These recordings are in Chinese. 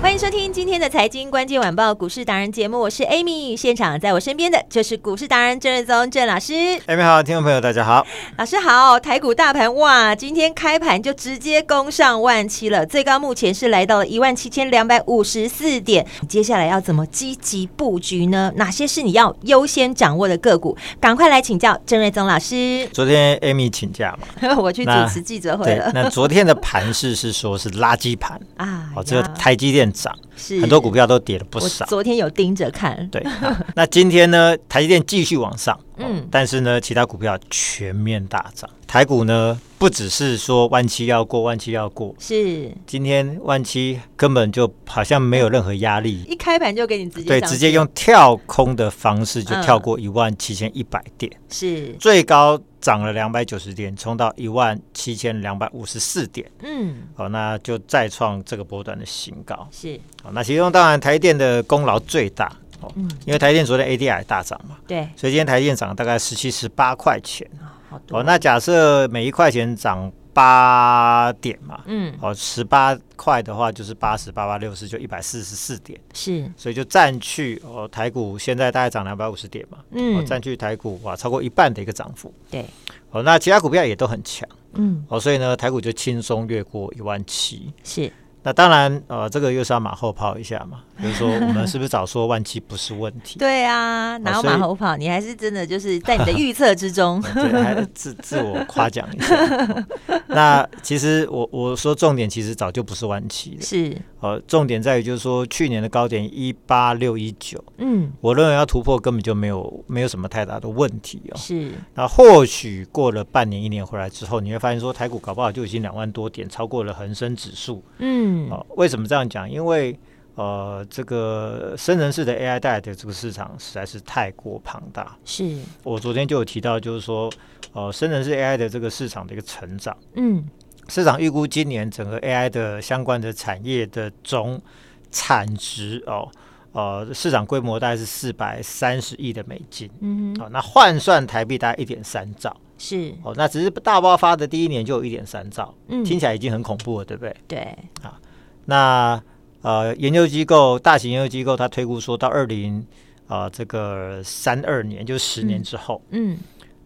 欢迎收听今天的财经关键晚报股市达人节目，我是 Amy，现场在我身边的就是股市达人郑瑞宗郑老师，艾米好，听众朋友大家好。老师好。台股大盘哇，今天开盘就直接攻上万七了，最高目前是来到了一万七千两百五十四点。接下来要怎么积极布局呢？哪些是你要优先掌握的个股？赶快来请教郑瑞宗老师。 昨天艾米请假嘛，我去主那持记者会对了，那昨天的盘势是说是垃圾盘，啊哦，只有呀台积电涨，是很多股票都跌了不我少。昨天有盯着看，对，好那今天呢，台积电继续往上，嗯嗯，但是呢，其他股票全面大涨。台股呢，不只是说万七要过，万七要过，是今天万七根本就好像没有任何压力，一开盘就给你直接对，上直去接用跳空的方式就嗯跳过一万七千一百点。是最高涨了两百九十点，冲到一万七千两百五十四点，嗯好、那就再创这个波段的新高。是好、那其中当然台电的功劳最大哦，嗯因为台电昨天 ADR 大涨嘛，对，所以今天台电涨了大概十七十八块钱。好多哦，那假设每一块钱涨八点嘛，嗯哦，十八块的话就是八十八八六十，就一百四十四点，是所以就占据哦台股现在大概涨两百五十点嘛，哦嗯占据台股哇超过一半的一个涨幅。对哦，那其他股票也都很强嗯哦，所以呢，台股就轻松越过一万七。是那当然，呃，这个又是要马后炮一下嘛，就是说我们是不是早说万七不是问题？对啊，哪有所以马后炮？你还是真的就是在你的预测之 中对，哦还自自我夸奖一下。哦那其实我我说重点其实早就不是万七了，是呃，重点在于就是说去年的高点一八六一九，嗯我认为要突破根本就没有没有什么太大的问题哦。是那或许过了半年一年回来之后，你会发现说台股搞不好就已经两万多点，超过了恒生指数。嗯哦，为什么这样讲？因为呃，这个生成式的 AI 带来的这个市场实在是太过庞大。是我昨天就有提到，就是说，呃，生成式 AI 的这个市场的一个成长，嗯市场预估今年整个 AI 的相关的产业的总产值哦，呃，市场规模大概是四百三十亿的美金。嗯哼哦，那换算台币大概一点三兆是哦，那只是大爆发的第一年就有一点三兆，嗯听起来已经很恐怖了，对不对？对那呃，研究机构大型研究机构它推估说到二零啊这个三二年，就是十年之后，嗯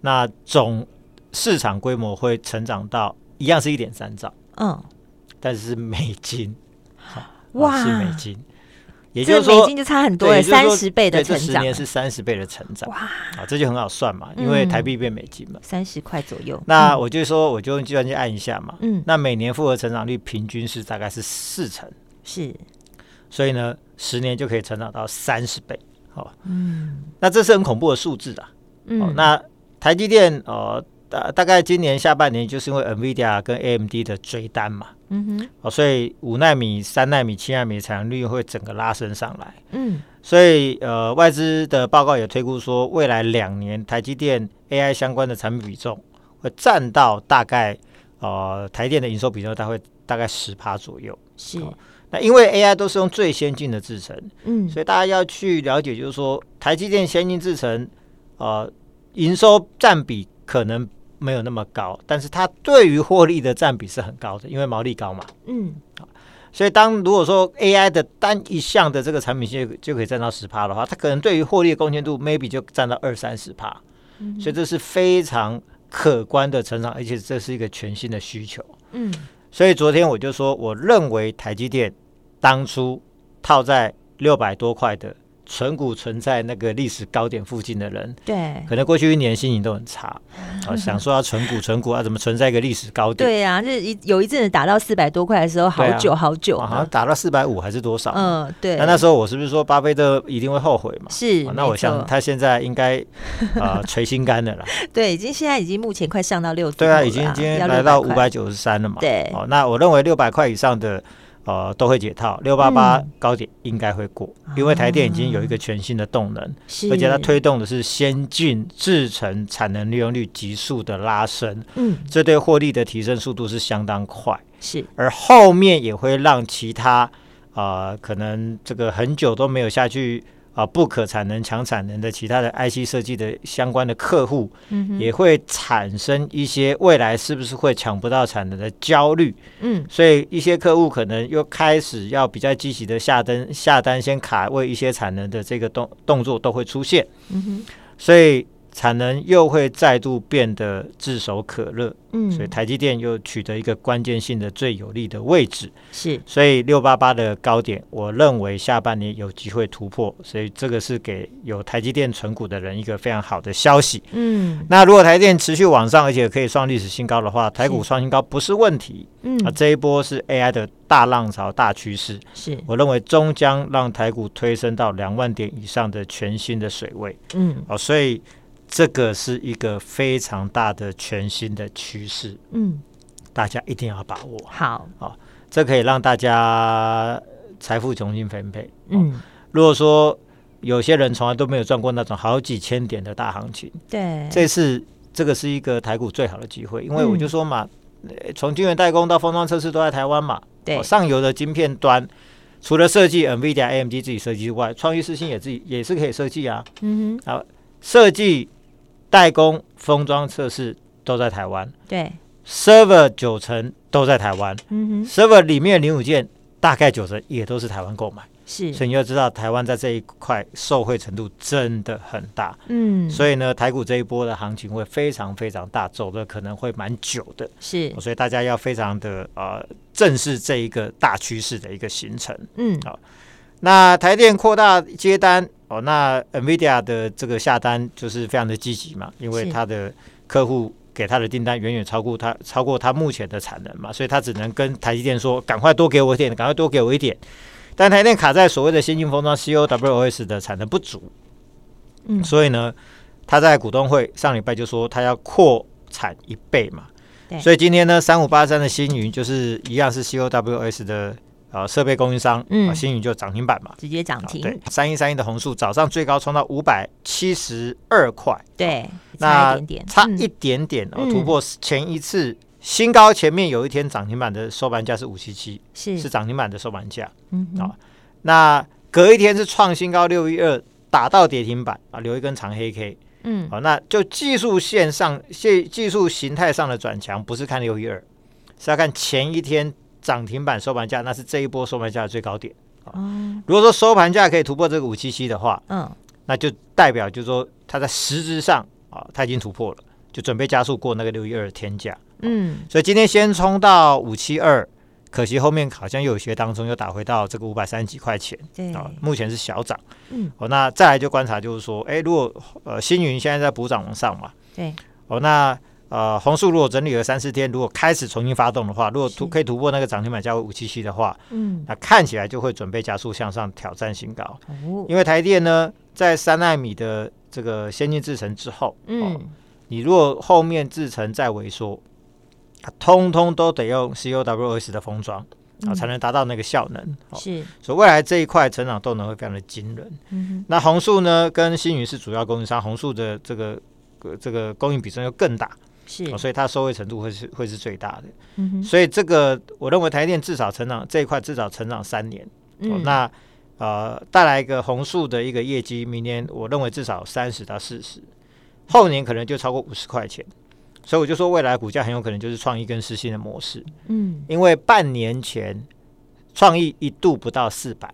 那总市场规模会成长到一样是一点三兆，嗯但是是美金，啊哇是美金，也就这是美说金。就差很多了，对，也就是三说十倍的对成这十长年，是三十倍的成长，哇啊，这就很好算嘛，因为嗯台币变美金嘛。三十块左右。那嗯我就说，我就用计算机按一下嘛，嗯那每年复合成长率平均是大概是四成，是所以呢，十年就可以成长到三十倍。好、哦，嗯那这是很恐怖的数字啊。哦嗯，那台积电呃大大概今年下半年就是因为 NVIDIA 跟 AMD 的追单嘛，嗯哼哦，所以五纳米、三纳米、七纳米的产能率会整个拉升上来。嗯所以呃，外资的报告也推估说，未来两年台积电 AI 相关的产品比重会占到大概呃台电的营收比重大概大概十趴左右。是哦那因为 AI 都是用最先进的制程，嗯所以大家要去了解，就是说台积电先进制程，呃，营收占比可能没有那么高，但是它对于获利的占比是很高的，因为毛利高嘛。嗯所以当如果说 AI 的单一项的这个产品线就就可以占到十趴的话，它可能对于获利的贡献度 maybe 就占到二三十趴，所以这是非常可观的成长，而且这是一个全新的需求。嗯所以昨天我就说，我认为台积电当初套在六百多块的存股存在那个历史高点附近的人，对可能过去一年心情都很 差，啊，想说要存股存股啊，怎么存在一个历史高点？对呀、啊，就是一有一阵子打到四百多块的时候，好对啊久好久啊好像的，打到四百五还是多少？嗯，对，那那时候我是不是说巴菲特一定会后悔嘛？是啊那我没想错他现在应该啊捶心肝的了。对，已经现在已经目前快上到六字对头了啊，啦，已经今天要来到五600百块，九十三了嘛。对哦，那我认为六百块以上的。呃，都会解嗯套，六八八高点应该会过，因为台电已经有一个全新的动能，是而且它，推动的是先进制程产能利用率急速的拉升，嗯，这对获利的提升速度是相当快，是而后面也会让其他呃可能这个很久都没有下去啊、不可产能强产能的其他的 IC 设计的相关的客户，也会产生一些未来是不是会抢不到产能的焦虑，嗯，所以一些客户可能又开始要比较积极的下单下单先卡位一些产能的这个动动作都会出现，所以产能又会再度变得炙手可热。嗯，所以台积电又取得一个关键性的最有利的位置，是所以六八八的高点，我认为下半年有机会突破，所以这个是给有台积电存股的人一个非常好的消息。嗯那如果台积电持续往上，而且可以创历史新高的话，台股创新高不是问题嗯啊，这一波是 AI 的大浪潮、大趋势，是我认为终将让台股推升到两万点以上的全新的水位嗯哦，所以这个是一个非常大的全新的趋势。嗯大家一定要把握，好这可以让大家财富重新分配。哦，嗯如果说有些人从来都没有赚过那种好几千点的大行情，对这次这个是一个台股最好的机会，因为嗯我就说嘛，呃从晶圆代工到封装测试都在台湾嘛，对哦上游的晶片端。除了设计 NVIDIA、AMD 自己设计之外，创意四星也自己也是可以设计啊。嗯哼设计、代工、封装、测试都在台湾对，server 九成都在台湾，嗯哼 server 里面的零五件大概九成也都是台湾购买，所是以你要知道台湾在这一块受惠程度真的很大，嗯所以呢，台股这一波的行情会非常非常大，走的可能会蛮久的，是所以大家要非常的呃正视这一个大趋势的一个形成。嗯那台电扩大接单哦，那 NVIDIA 的这个下单就是非常的积极嘛，因为是它的客户给它的订单远远超过它超过它目前的产能嘛，所以它只能跟台积电说，赶快多给我一点，赶快多给我一点。但台电卡在所谓的先进封装 COWS 的产能不足，嗯所以呢，他在股东会上礼拜就说他要扩产一倍嘛对。所以今天呢，三五八三的星云就是一样是 COWS 的呃设备供应商，嗯啊星云就涨停板嘛。直接涨啊停对，三一三一的红树早上最高冲到五百七十二块，对差那一点点差嗯一点点哦，嗯突破前一次新高。前面有一天涨停板的收盘价是五七七，是是涨停板的收盘价。嗯哼啊那隔一天是创新高六一二，打到跌停板啊，留一根长黑 K。嗯好、那就技术线上技技术形态上的转强，不是看六一二，是要看前一天涨停板收盘价，那是这一波收盘价的最高点。哦如果说收盘价可以突破这个五七七的话，嗯那就代表就是说它在实质上啊，它已经突破了，就准备加速过那个六一二的天价。嗯所以今天先冲到五七二，可惜后面好像又有些当中又打回到这个五百三十几块钱对啊，目前是小涨。嗯，哦，那再来就观察就是说，哎，如果呃星云现在在补涨往上嘛，对哦，那呃红树如果整理了三四天，如果开始重新发动的话，如果突是可以突破那个涨停板价位五七七的话，嗯那看起来就会准备加速向上挑战新高。哦因为台电呢，在三纳米的这个先进制程之后，哦，嗯你如果后面制程再萎缩，啊通通都得用 COWS 的封装啊，才能达到那个效能。哦，嗯是所以未来这一块成长动能会非常的惊人。嗯那红树呢，跟新宇是主要供应商，红树的这个。呃这个供应比重又更大、哼是哦所以它收益程度会是会是最大的。嗯哼所以这个我认为台电至少成长这一块至少成长三年。哦嗯、那呃带来一个红树的一个业绩，明年我认为至少三十到四十，后年可能就超过五十块钱。所以我就说，未来股价很有可能就是创意跟失信的模式，嗯因为半年前创意一度不到四百，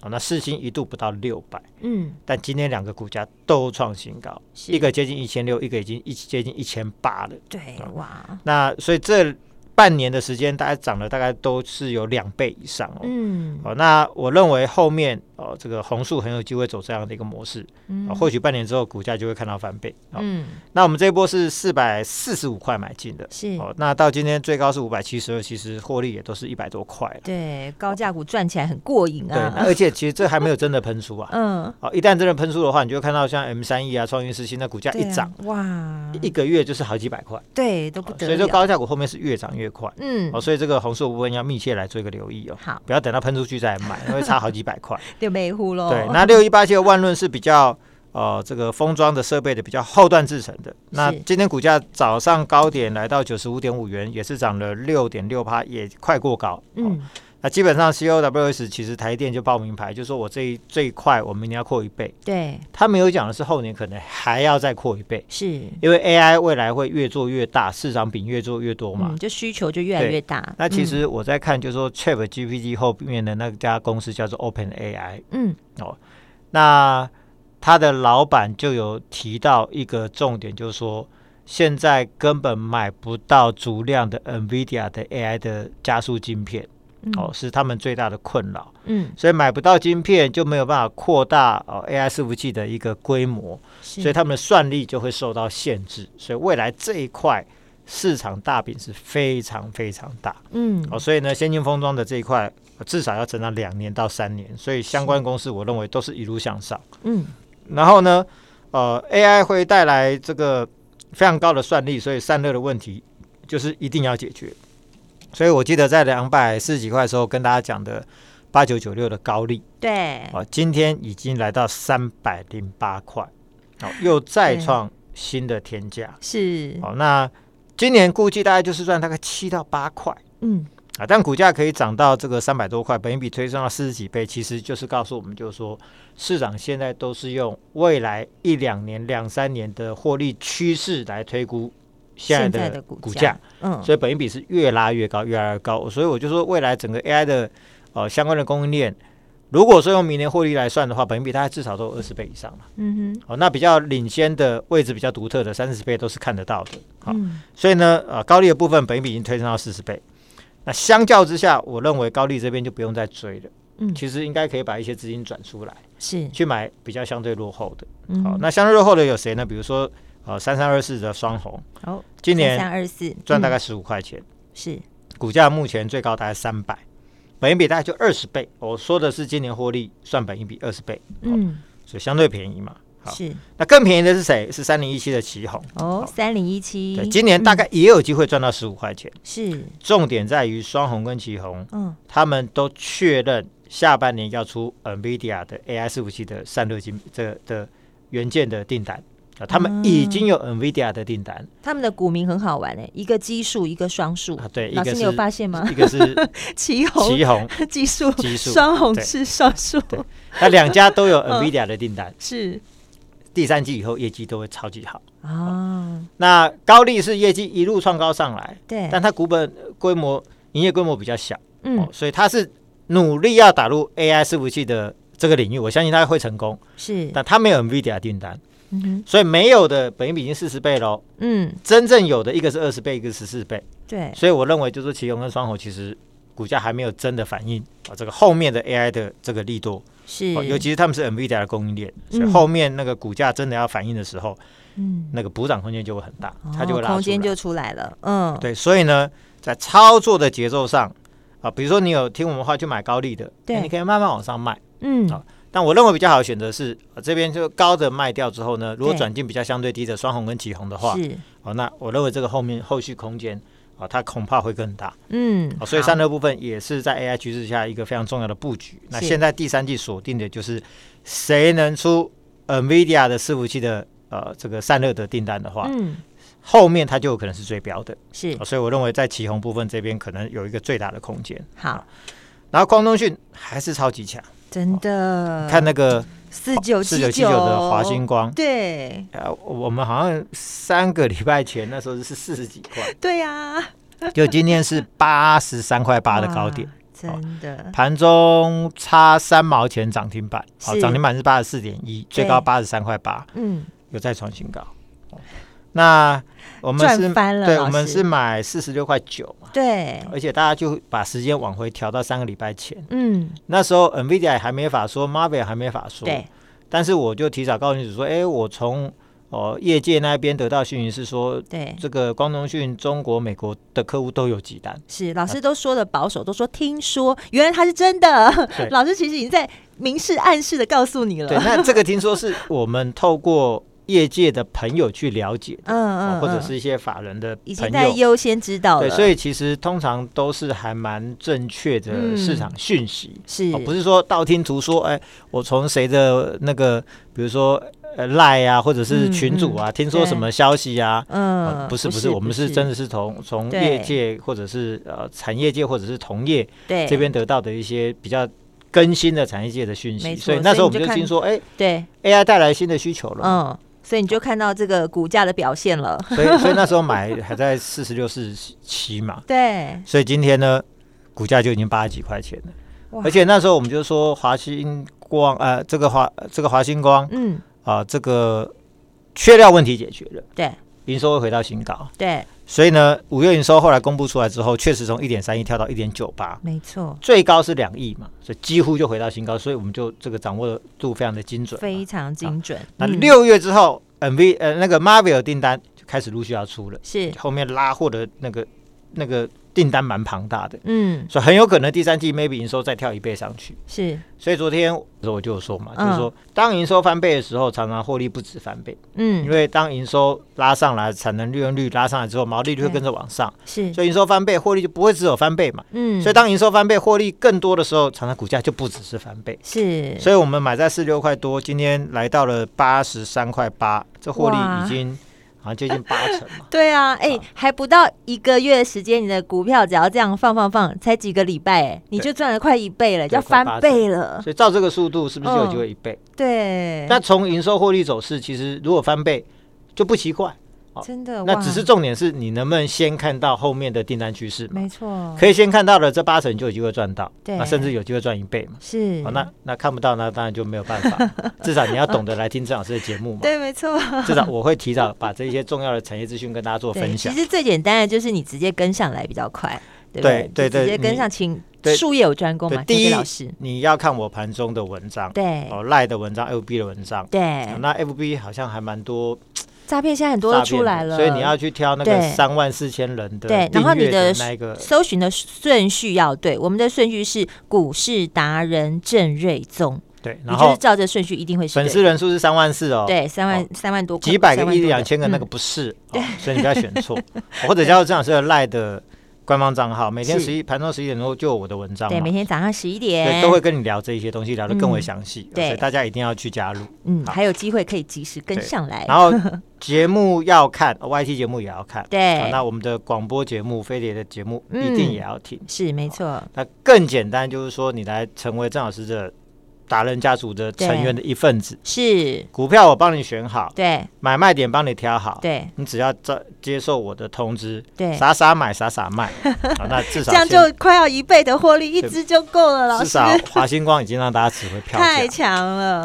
哦，那世新一度不到六百，嗯但今天两个股价都创新高，是一个接近一千六，一个已经一接近一千八了。对哇那所以这半年的时间，大概涨了大概都是有两倍以上哦。嗯哦，那我认为后面哦，这个红树很有机会走这样的一个模式，啊、或许半年之后股价就会看到翻倍。哦，嗯，那我们这一波是四百四十五块买进的，是哦，那到今天最高是五百七十二，其实获利也都是一百多块了。对，高价股赚起来很过瘾对，那啊，而且其实这还没有真的喷出啊。嗯，好，一旦真的喷出的话，你就会看到像 M 三 E 啊、创运四新那股价对啊一涨、哇，一个月就是好几百块，哦对啊都不所得以这了，高价股后面是越涨越快。嗯哦，，所以这个红色部分要密切来做一个留意哦，好，不要等到喷出去再 买，因为差好几百块。就没糊喽，对，那六一八七的万润是比较呃这个封装的设备的比较后段制成的。那今天股价早上高点来到九十五点五元，也是涨了六点六趴，也快过高。哦嗯，那基本上 COWS 其实台电就报名牌，就说我这一最快我明年要扩一倍，对，他没有讲的是后年可能还要再扩一倍，是，因为 AI 未来会越做越大，市场饼越做越多嘛。嗯，就需求就越来对越大，那其嗯，实我在看，就是说 Chat GPT 后面的那家公司叫做 Open AI，嗯，那他的老板就有提到一个重点，就是说现在根本买不到足量的 NVIDIA 的 AI 的加速晶片，嗯哦，，是他们最大的困扰。嗯，所以买不到晶片就没有办法扩大哦 AI 伺服器的一个规模，所所以他们的算力就会受到限制。所以未来这一块市场大饼是非常非常大嗯，哦，所以呢，先进封装的这一块呃至少要增长两年到三年，所以相关公司我认为都是一路向上。嗯，然后呢，呃，AI 会带来这个非常高的算力，所以散热的问题就是一定要解决。所以我记得在两百四十几块的时候跟大家讲的八九九六的高利对，啊，今天已经来到三百零八块，好、又再对嗯创新的天价。是，好、那今年估计大概就是赚大概七到八块。嗯，啊，但股价可以涨到这个三百多块，本一比推升到四十几倍，其实就是告诉我们，就是说市场现在都是用未来一两年、两三年的获利趋势来推估现现在在的的股股价价，，嗯，所以本一比是越拉越高，越拉越高。所以我就说，未来整个 AI 的呃相关的供应链，如果说用明年获利来算的话，本一比大概至少都有二十倍以上嘛。嗯哼，哦，那比较领先的位置比较独特的三十倍都是看得到的。好、嗯，所以呢，呃，高利的部分本益比已经推升到四十倍。那相较之下，我认为高利这边就不用再追了。嗯其实应该可以把一些资金转出来，是，去买比较相对落后的。嗯好、哼，那相对落后的有谁呢？比如说，呃，三三二四的双红，好，今三年二四嗯赚大概十五块钱，是，股价目前最高大概三百，本益比大概就二十倍。我说的是今年获利算本益比二十倍，嗯，所以相对便宜嘛。好，是，那那更便宜的是谁？是三零一七的旗红。哦，三零一七对，，嗯今年大概也有机会赚到十五块钱。是，重点在于双红跟旗红，嗯，他们都确认下半年要出 NVIDIA 的 AI 伺服器的散热晶这的元件的订单啊，他们已经有 NVIDIA 的订单他们的股民很好玩诶，一个奇数，一个双数啊，对，一老个师是你有发现 吗？一 个是旗红 旗 红，奇数，奇数双红对是双数，对那两家都有嗯 NVIDIA 的订单，是第三季以后业绩都会超级好。啊，那高丽是业绩一路创高上来，对，但它股本规模营业规模比较小，哦嗯，，所以它是努力要打入 AI 伺服器的这个领域，我相信它会成功，是，但它没有 NVIDIA 订单。嗯哼，所以没有的本益比已经四十倍喽，嗯，真正有的一个是二十倍，一个十四倍。对，所以我认为就是奇宏跟双红其实股价还没有真的反映啊这个后面的 AI 的这个利多，是，哦尤其是他们是 NVIDIA 的供应链，所以嗯后面那个股价真的要反映的时候，嗯，那个补涨空间就会很大，它就哦会拉出来。空间就出来了，嗯，对，所以呢，在操作的节奏上啊，比如说你有听我们话去买高利的，对那你可以慢慢往上卖。嗯好，但我认为比较好的选择是，啊这边就高的卖掉之后呢，如果对转进比较相对低的双红跟旗红的话，是，哦，那我认为这个后面后续空间啊，它恐怕会更大。嗯哦、，所以好散热部分也是在 AI 趋势下一个非常重要的布局。那是现在第三季锁定的就是谁能出 NVIDIA 的伺服器的呃这个散热的订单的话，嗯，后面它就有可能是最标的、是哦所以我认为在旗红部分这边可能有一个最大的空间。好，然后光通讯还是超级强，真的，看那个四九四九七九的华星，光。对呃，我我们好像三个礼拜前那时候是四十几 块，对呀，就今天是八十三块八的高点哇，，真的，盘中差三毛钱涨停板，好，是涨停板是八十四点一，最高对八十三块八，嗯，有再创新高。哦那我们是赚翻了对，老我们师是买四十六块九嘛，对，而且大家就把时间往回调到三个礼拜前。嗯，那时候 NVIDIA 也还没法说，Marvel 也还没法说，对，但是我就提早告诉你说，哎，我从呃业界那边得到讯息是说，对，这个光通讯中国、美国的客户都有急单，是老师都说的保守，都说听说，原来他是真的。对 老师其实已经在明示暗示的告诉你对，了。那这个听说是我们透过业界的朋友去了解的，嗯哦或者是一些法人的已经朋在友。优先知道了，对，所以其实通常都是还蛮正确的市场讯息，嗯是、哦不是说道听途说？哎，我从谁的那个，比如说呃赖啊，或者是嗯群主啊，听说对什么消息啊？嗯哦，不是不是，我们是真的是从从对业界或者是呃产业界或者是同业对这边得到的一些比较更新的产业界的讯没息，错所以那时候我所以你就们就看听说，哎对， ，AI 带来新的需求了，嗯，所以你就看到这个股价的表现了， 所以所以那时候买还在四十六、四十七 嘛，对，所以今天呢，股价就已经八十几块钱了哇，而且那时候我们就说华星光，呃，这个华这个华星光嗯，啊、这个缺料问题解决了，对营收会回到新高。对，所以呢，五月营收后来公布出来之后，确实从一点三亿跳到一点九八，没错，最高是两亿嘛，所以几乎就回到新高，所以我们就这个掌握度非常的精准嘛。非常精准。那嗯六月之后，NV 呃那个 Marvel 的订单就开始陆续要出了，是，后面拉货的那个那个订单蛮庞大的，嗯，所以很有可能第三季 maybe 营收再跳一倍上去。是，所以昨天我就有说嘛，嗯就是说当营收翻倍的时候，常常获利不止翻倍，因嗯，为当营收拉上来，产能利用率拉上来之后，毛利率会对跟着往上，是，所以营收翻倍，获利就不会只有翻倍嘛。嗯，所以当营收翻倍，获利更多的时候，常常股价就不只是翻倍。是，所以我们买在四六块多，今天来到了八十三块八，这获利哇。已经好像接近八成嘛对啊，哎、还不到一个月的时间，你的股票只要这样放放放，才几个礼拜、哎，你就赚了快一倍了，对要翻倍了。所以照这个速度，是不是就有机会嗯一倍？对，那从营收获利走势，其实如果翻倍就不奇怪。好真的那哇只是重点是你能不能先看到后面的订单趋势嘛？没错，可以先看到了这八成就有机会赚到，对那甚至有机会赚一倍嘛。是好，那那看不到，那当然就没有办 法。至少你要懂得来听郑老师的节目嘛。对，没错。至少我会提早把这些重要的产业资讯跟大家做对，分其享。实最简单的就是你直接跟上来比较快，对不对就对直接对跟你上，请对术业有专攻嘛，对就第是一老师，你要看我盘中的文章，对哦赖的文章、FB 的文章。对，那 FB 好像还蛮多诈骗现在很多诈都骗的，出来了，所以你要去挑那个对三万四千人的对，然后订你阅的那一个搜寻的顺序要对，我们的顺序是股市达人郑瑞宗，对，你然就后是照这顺序一定会是粉对丝人数是三万四哦，对，三万三万多块，几百三个万一多两千个那个嗯不是，哦所以你不要选 错，或者加入郑老师的赖的官方账号，每天是十一盘中十一点钟就有我的文章对，嘛每。天早上十一点对，都会跟你聊这一些东西，聊得更为嗯详细，对所以大家一定要去加入。嗯，好还有机会可以及时跟对上来，然后节目要看呃，YT 节目也要看，对好那我们的广播节目、飞碟的节目嗯一定也要听。是没错，那更简单就是说，你来成为郑老师的达人家族的成员的一份子。是，股票我帮你选好，对买卖点帮你挑好，，对你只要接接受我的通知，对，傻傻买，傻傻 卖，好，那至少这样先就快要一倍的获利，一对只就够了，老至师少华星光已经让大家指挥票太价。强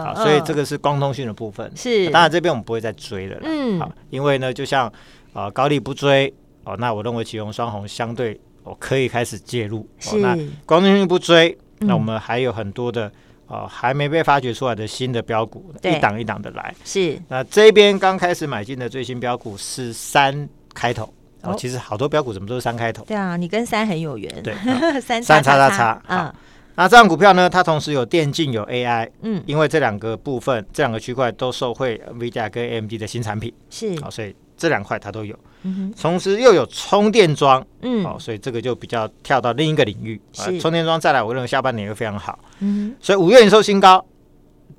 好，了，所以这个个是光通讯的部分。嗯是当然这边我们不会再追了啦。嗯好，因为呢，就像呃高利不追哦，那我认为启宏双红相对哦可以开始介入。哦、是那光通讯不追，嗯那我们还有很多的呃还没被发掘出来的新的标股，对一档一档的来。是那这边刚开始买进的最新标股是三开头，哦，哦其实好多标股怎么都是三开头。对啊，你跟三很有缘，对 三叉三叉叉叉叉叉，嗯那这样股票呢，它同时有电竞有 AI，嗯因为这两个部分这两个区块都受惠 NVIDIA 跟 AMD 的新产品，是好、，所以这两块它都有。嗯哼同时又有充电桩，哦，嗯所以这个就比较跳到另一个领域。啊是充电桩再来，我认为下半年会非常好。嗯所以五月营收新高，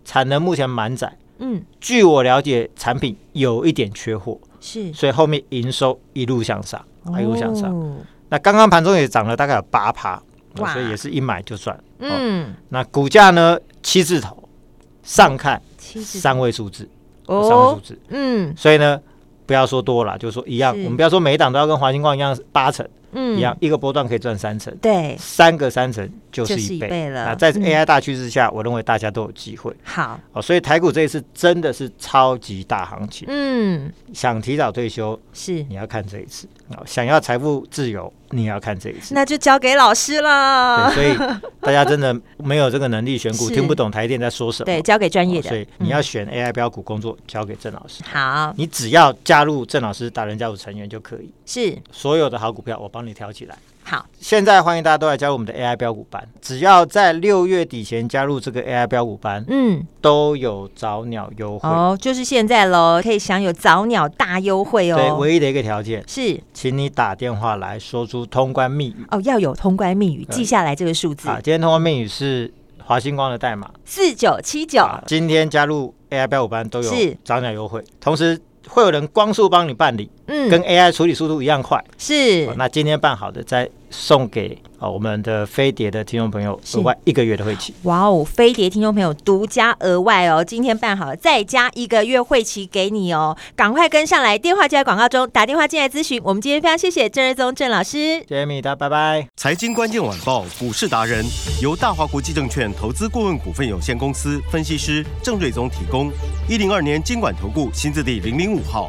产能目前满载。哼嗯据我了解，产品有一点缺货，是所以后面营收一路向上，啊一路向上。哦那刚刚盘中也涨了大概有八趴，哇啊所以也是一买就赚。嗯，那股价呢，七字头上看七十三位数字，三位数哦，字。嗯所以呢，不要说多了，就是说一样，是我们不要说每一档都要跟华星光一样八成，嗯一样，一个波段可以赚三成，对，三个三成就是就是一一倍倍了啊，在嗯 AI 大趋势下，我认为大家都有机会好，哦，所以台股这一次真的是超级大行情。嗯，想提早退休，是，你要看这一次啊、想要财富自由，你要看这一次。那就交给老师对，了。所以大家真的没有这个能力选股，哦 是听不懂台电在说什么。 对，交给专业哦的。嗯所以你要选 AI 标股工作，交给郑老师。好，你只要加入郑老师达人家族成员就可以，是所有的好股票我帮你挑起来。好，现在欢迎大家都来加入我们的 AI 标股班，只要在六月底前加入这个 AI 标股班，嗯，都有早鸟优惠。哦，就是现在喽，可以享有早鸟大优惠对，哦。唯一的一个条件，是请你打电话来说出通关密语哦，要有通关密语，对记下来这个数字啊。今天通关密语是华星光的代码。四九七九。啊，今天加入 AI 标五班都有是早鸟优惠，同时会有人光速帮你办理，嗯，跟 AI 处理速度一样快。是哦那今天办好的再送给啊我们的飞碟的听众朋友是额外一个月的会期。哇哦，飞碟听众朋友独家额外哦，今天办好了，再加一个月会期给你哦，赶快跟上来，电话就在广告中，打电话进来咨询。我们今天非常谢谢郑瑞宗郑老师。 Jamie，大家拜拜。财经关键晚报股市达人由大华国际证券投资顾问股份有限公司分析师郑瑞宗提供。一零二年经管投顾新字第零零五号。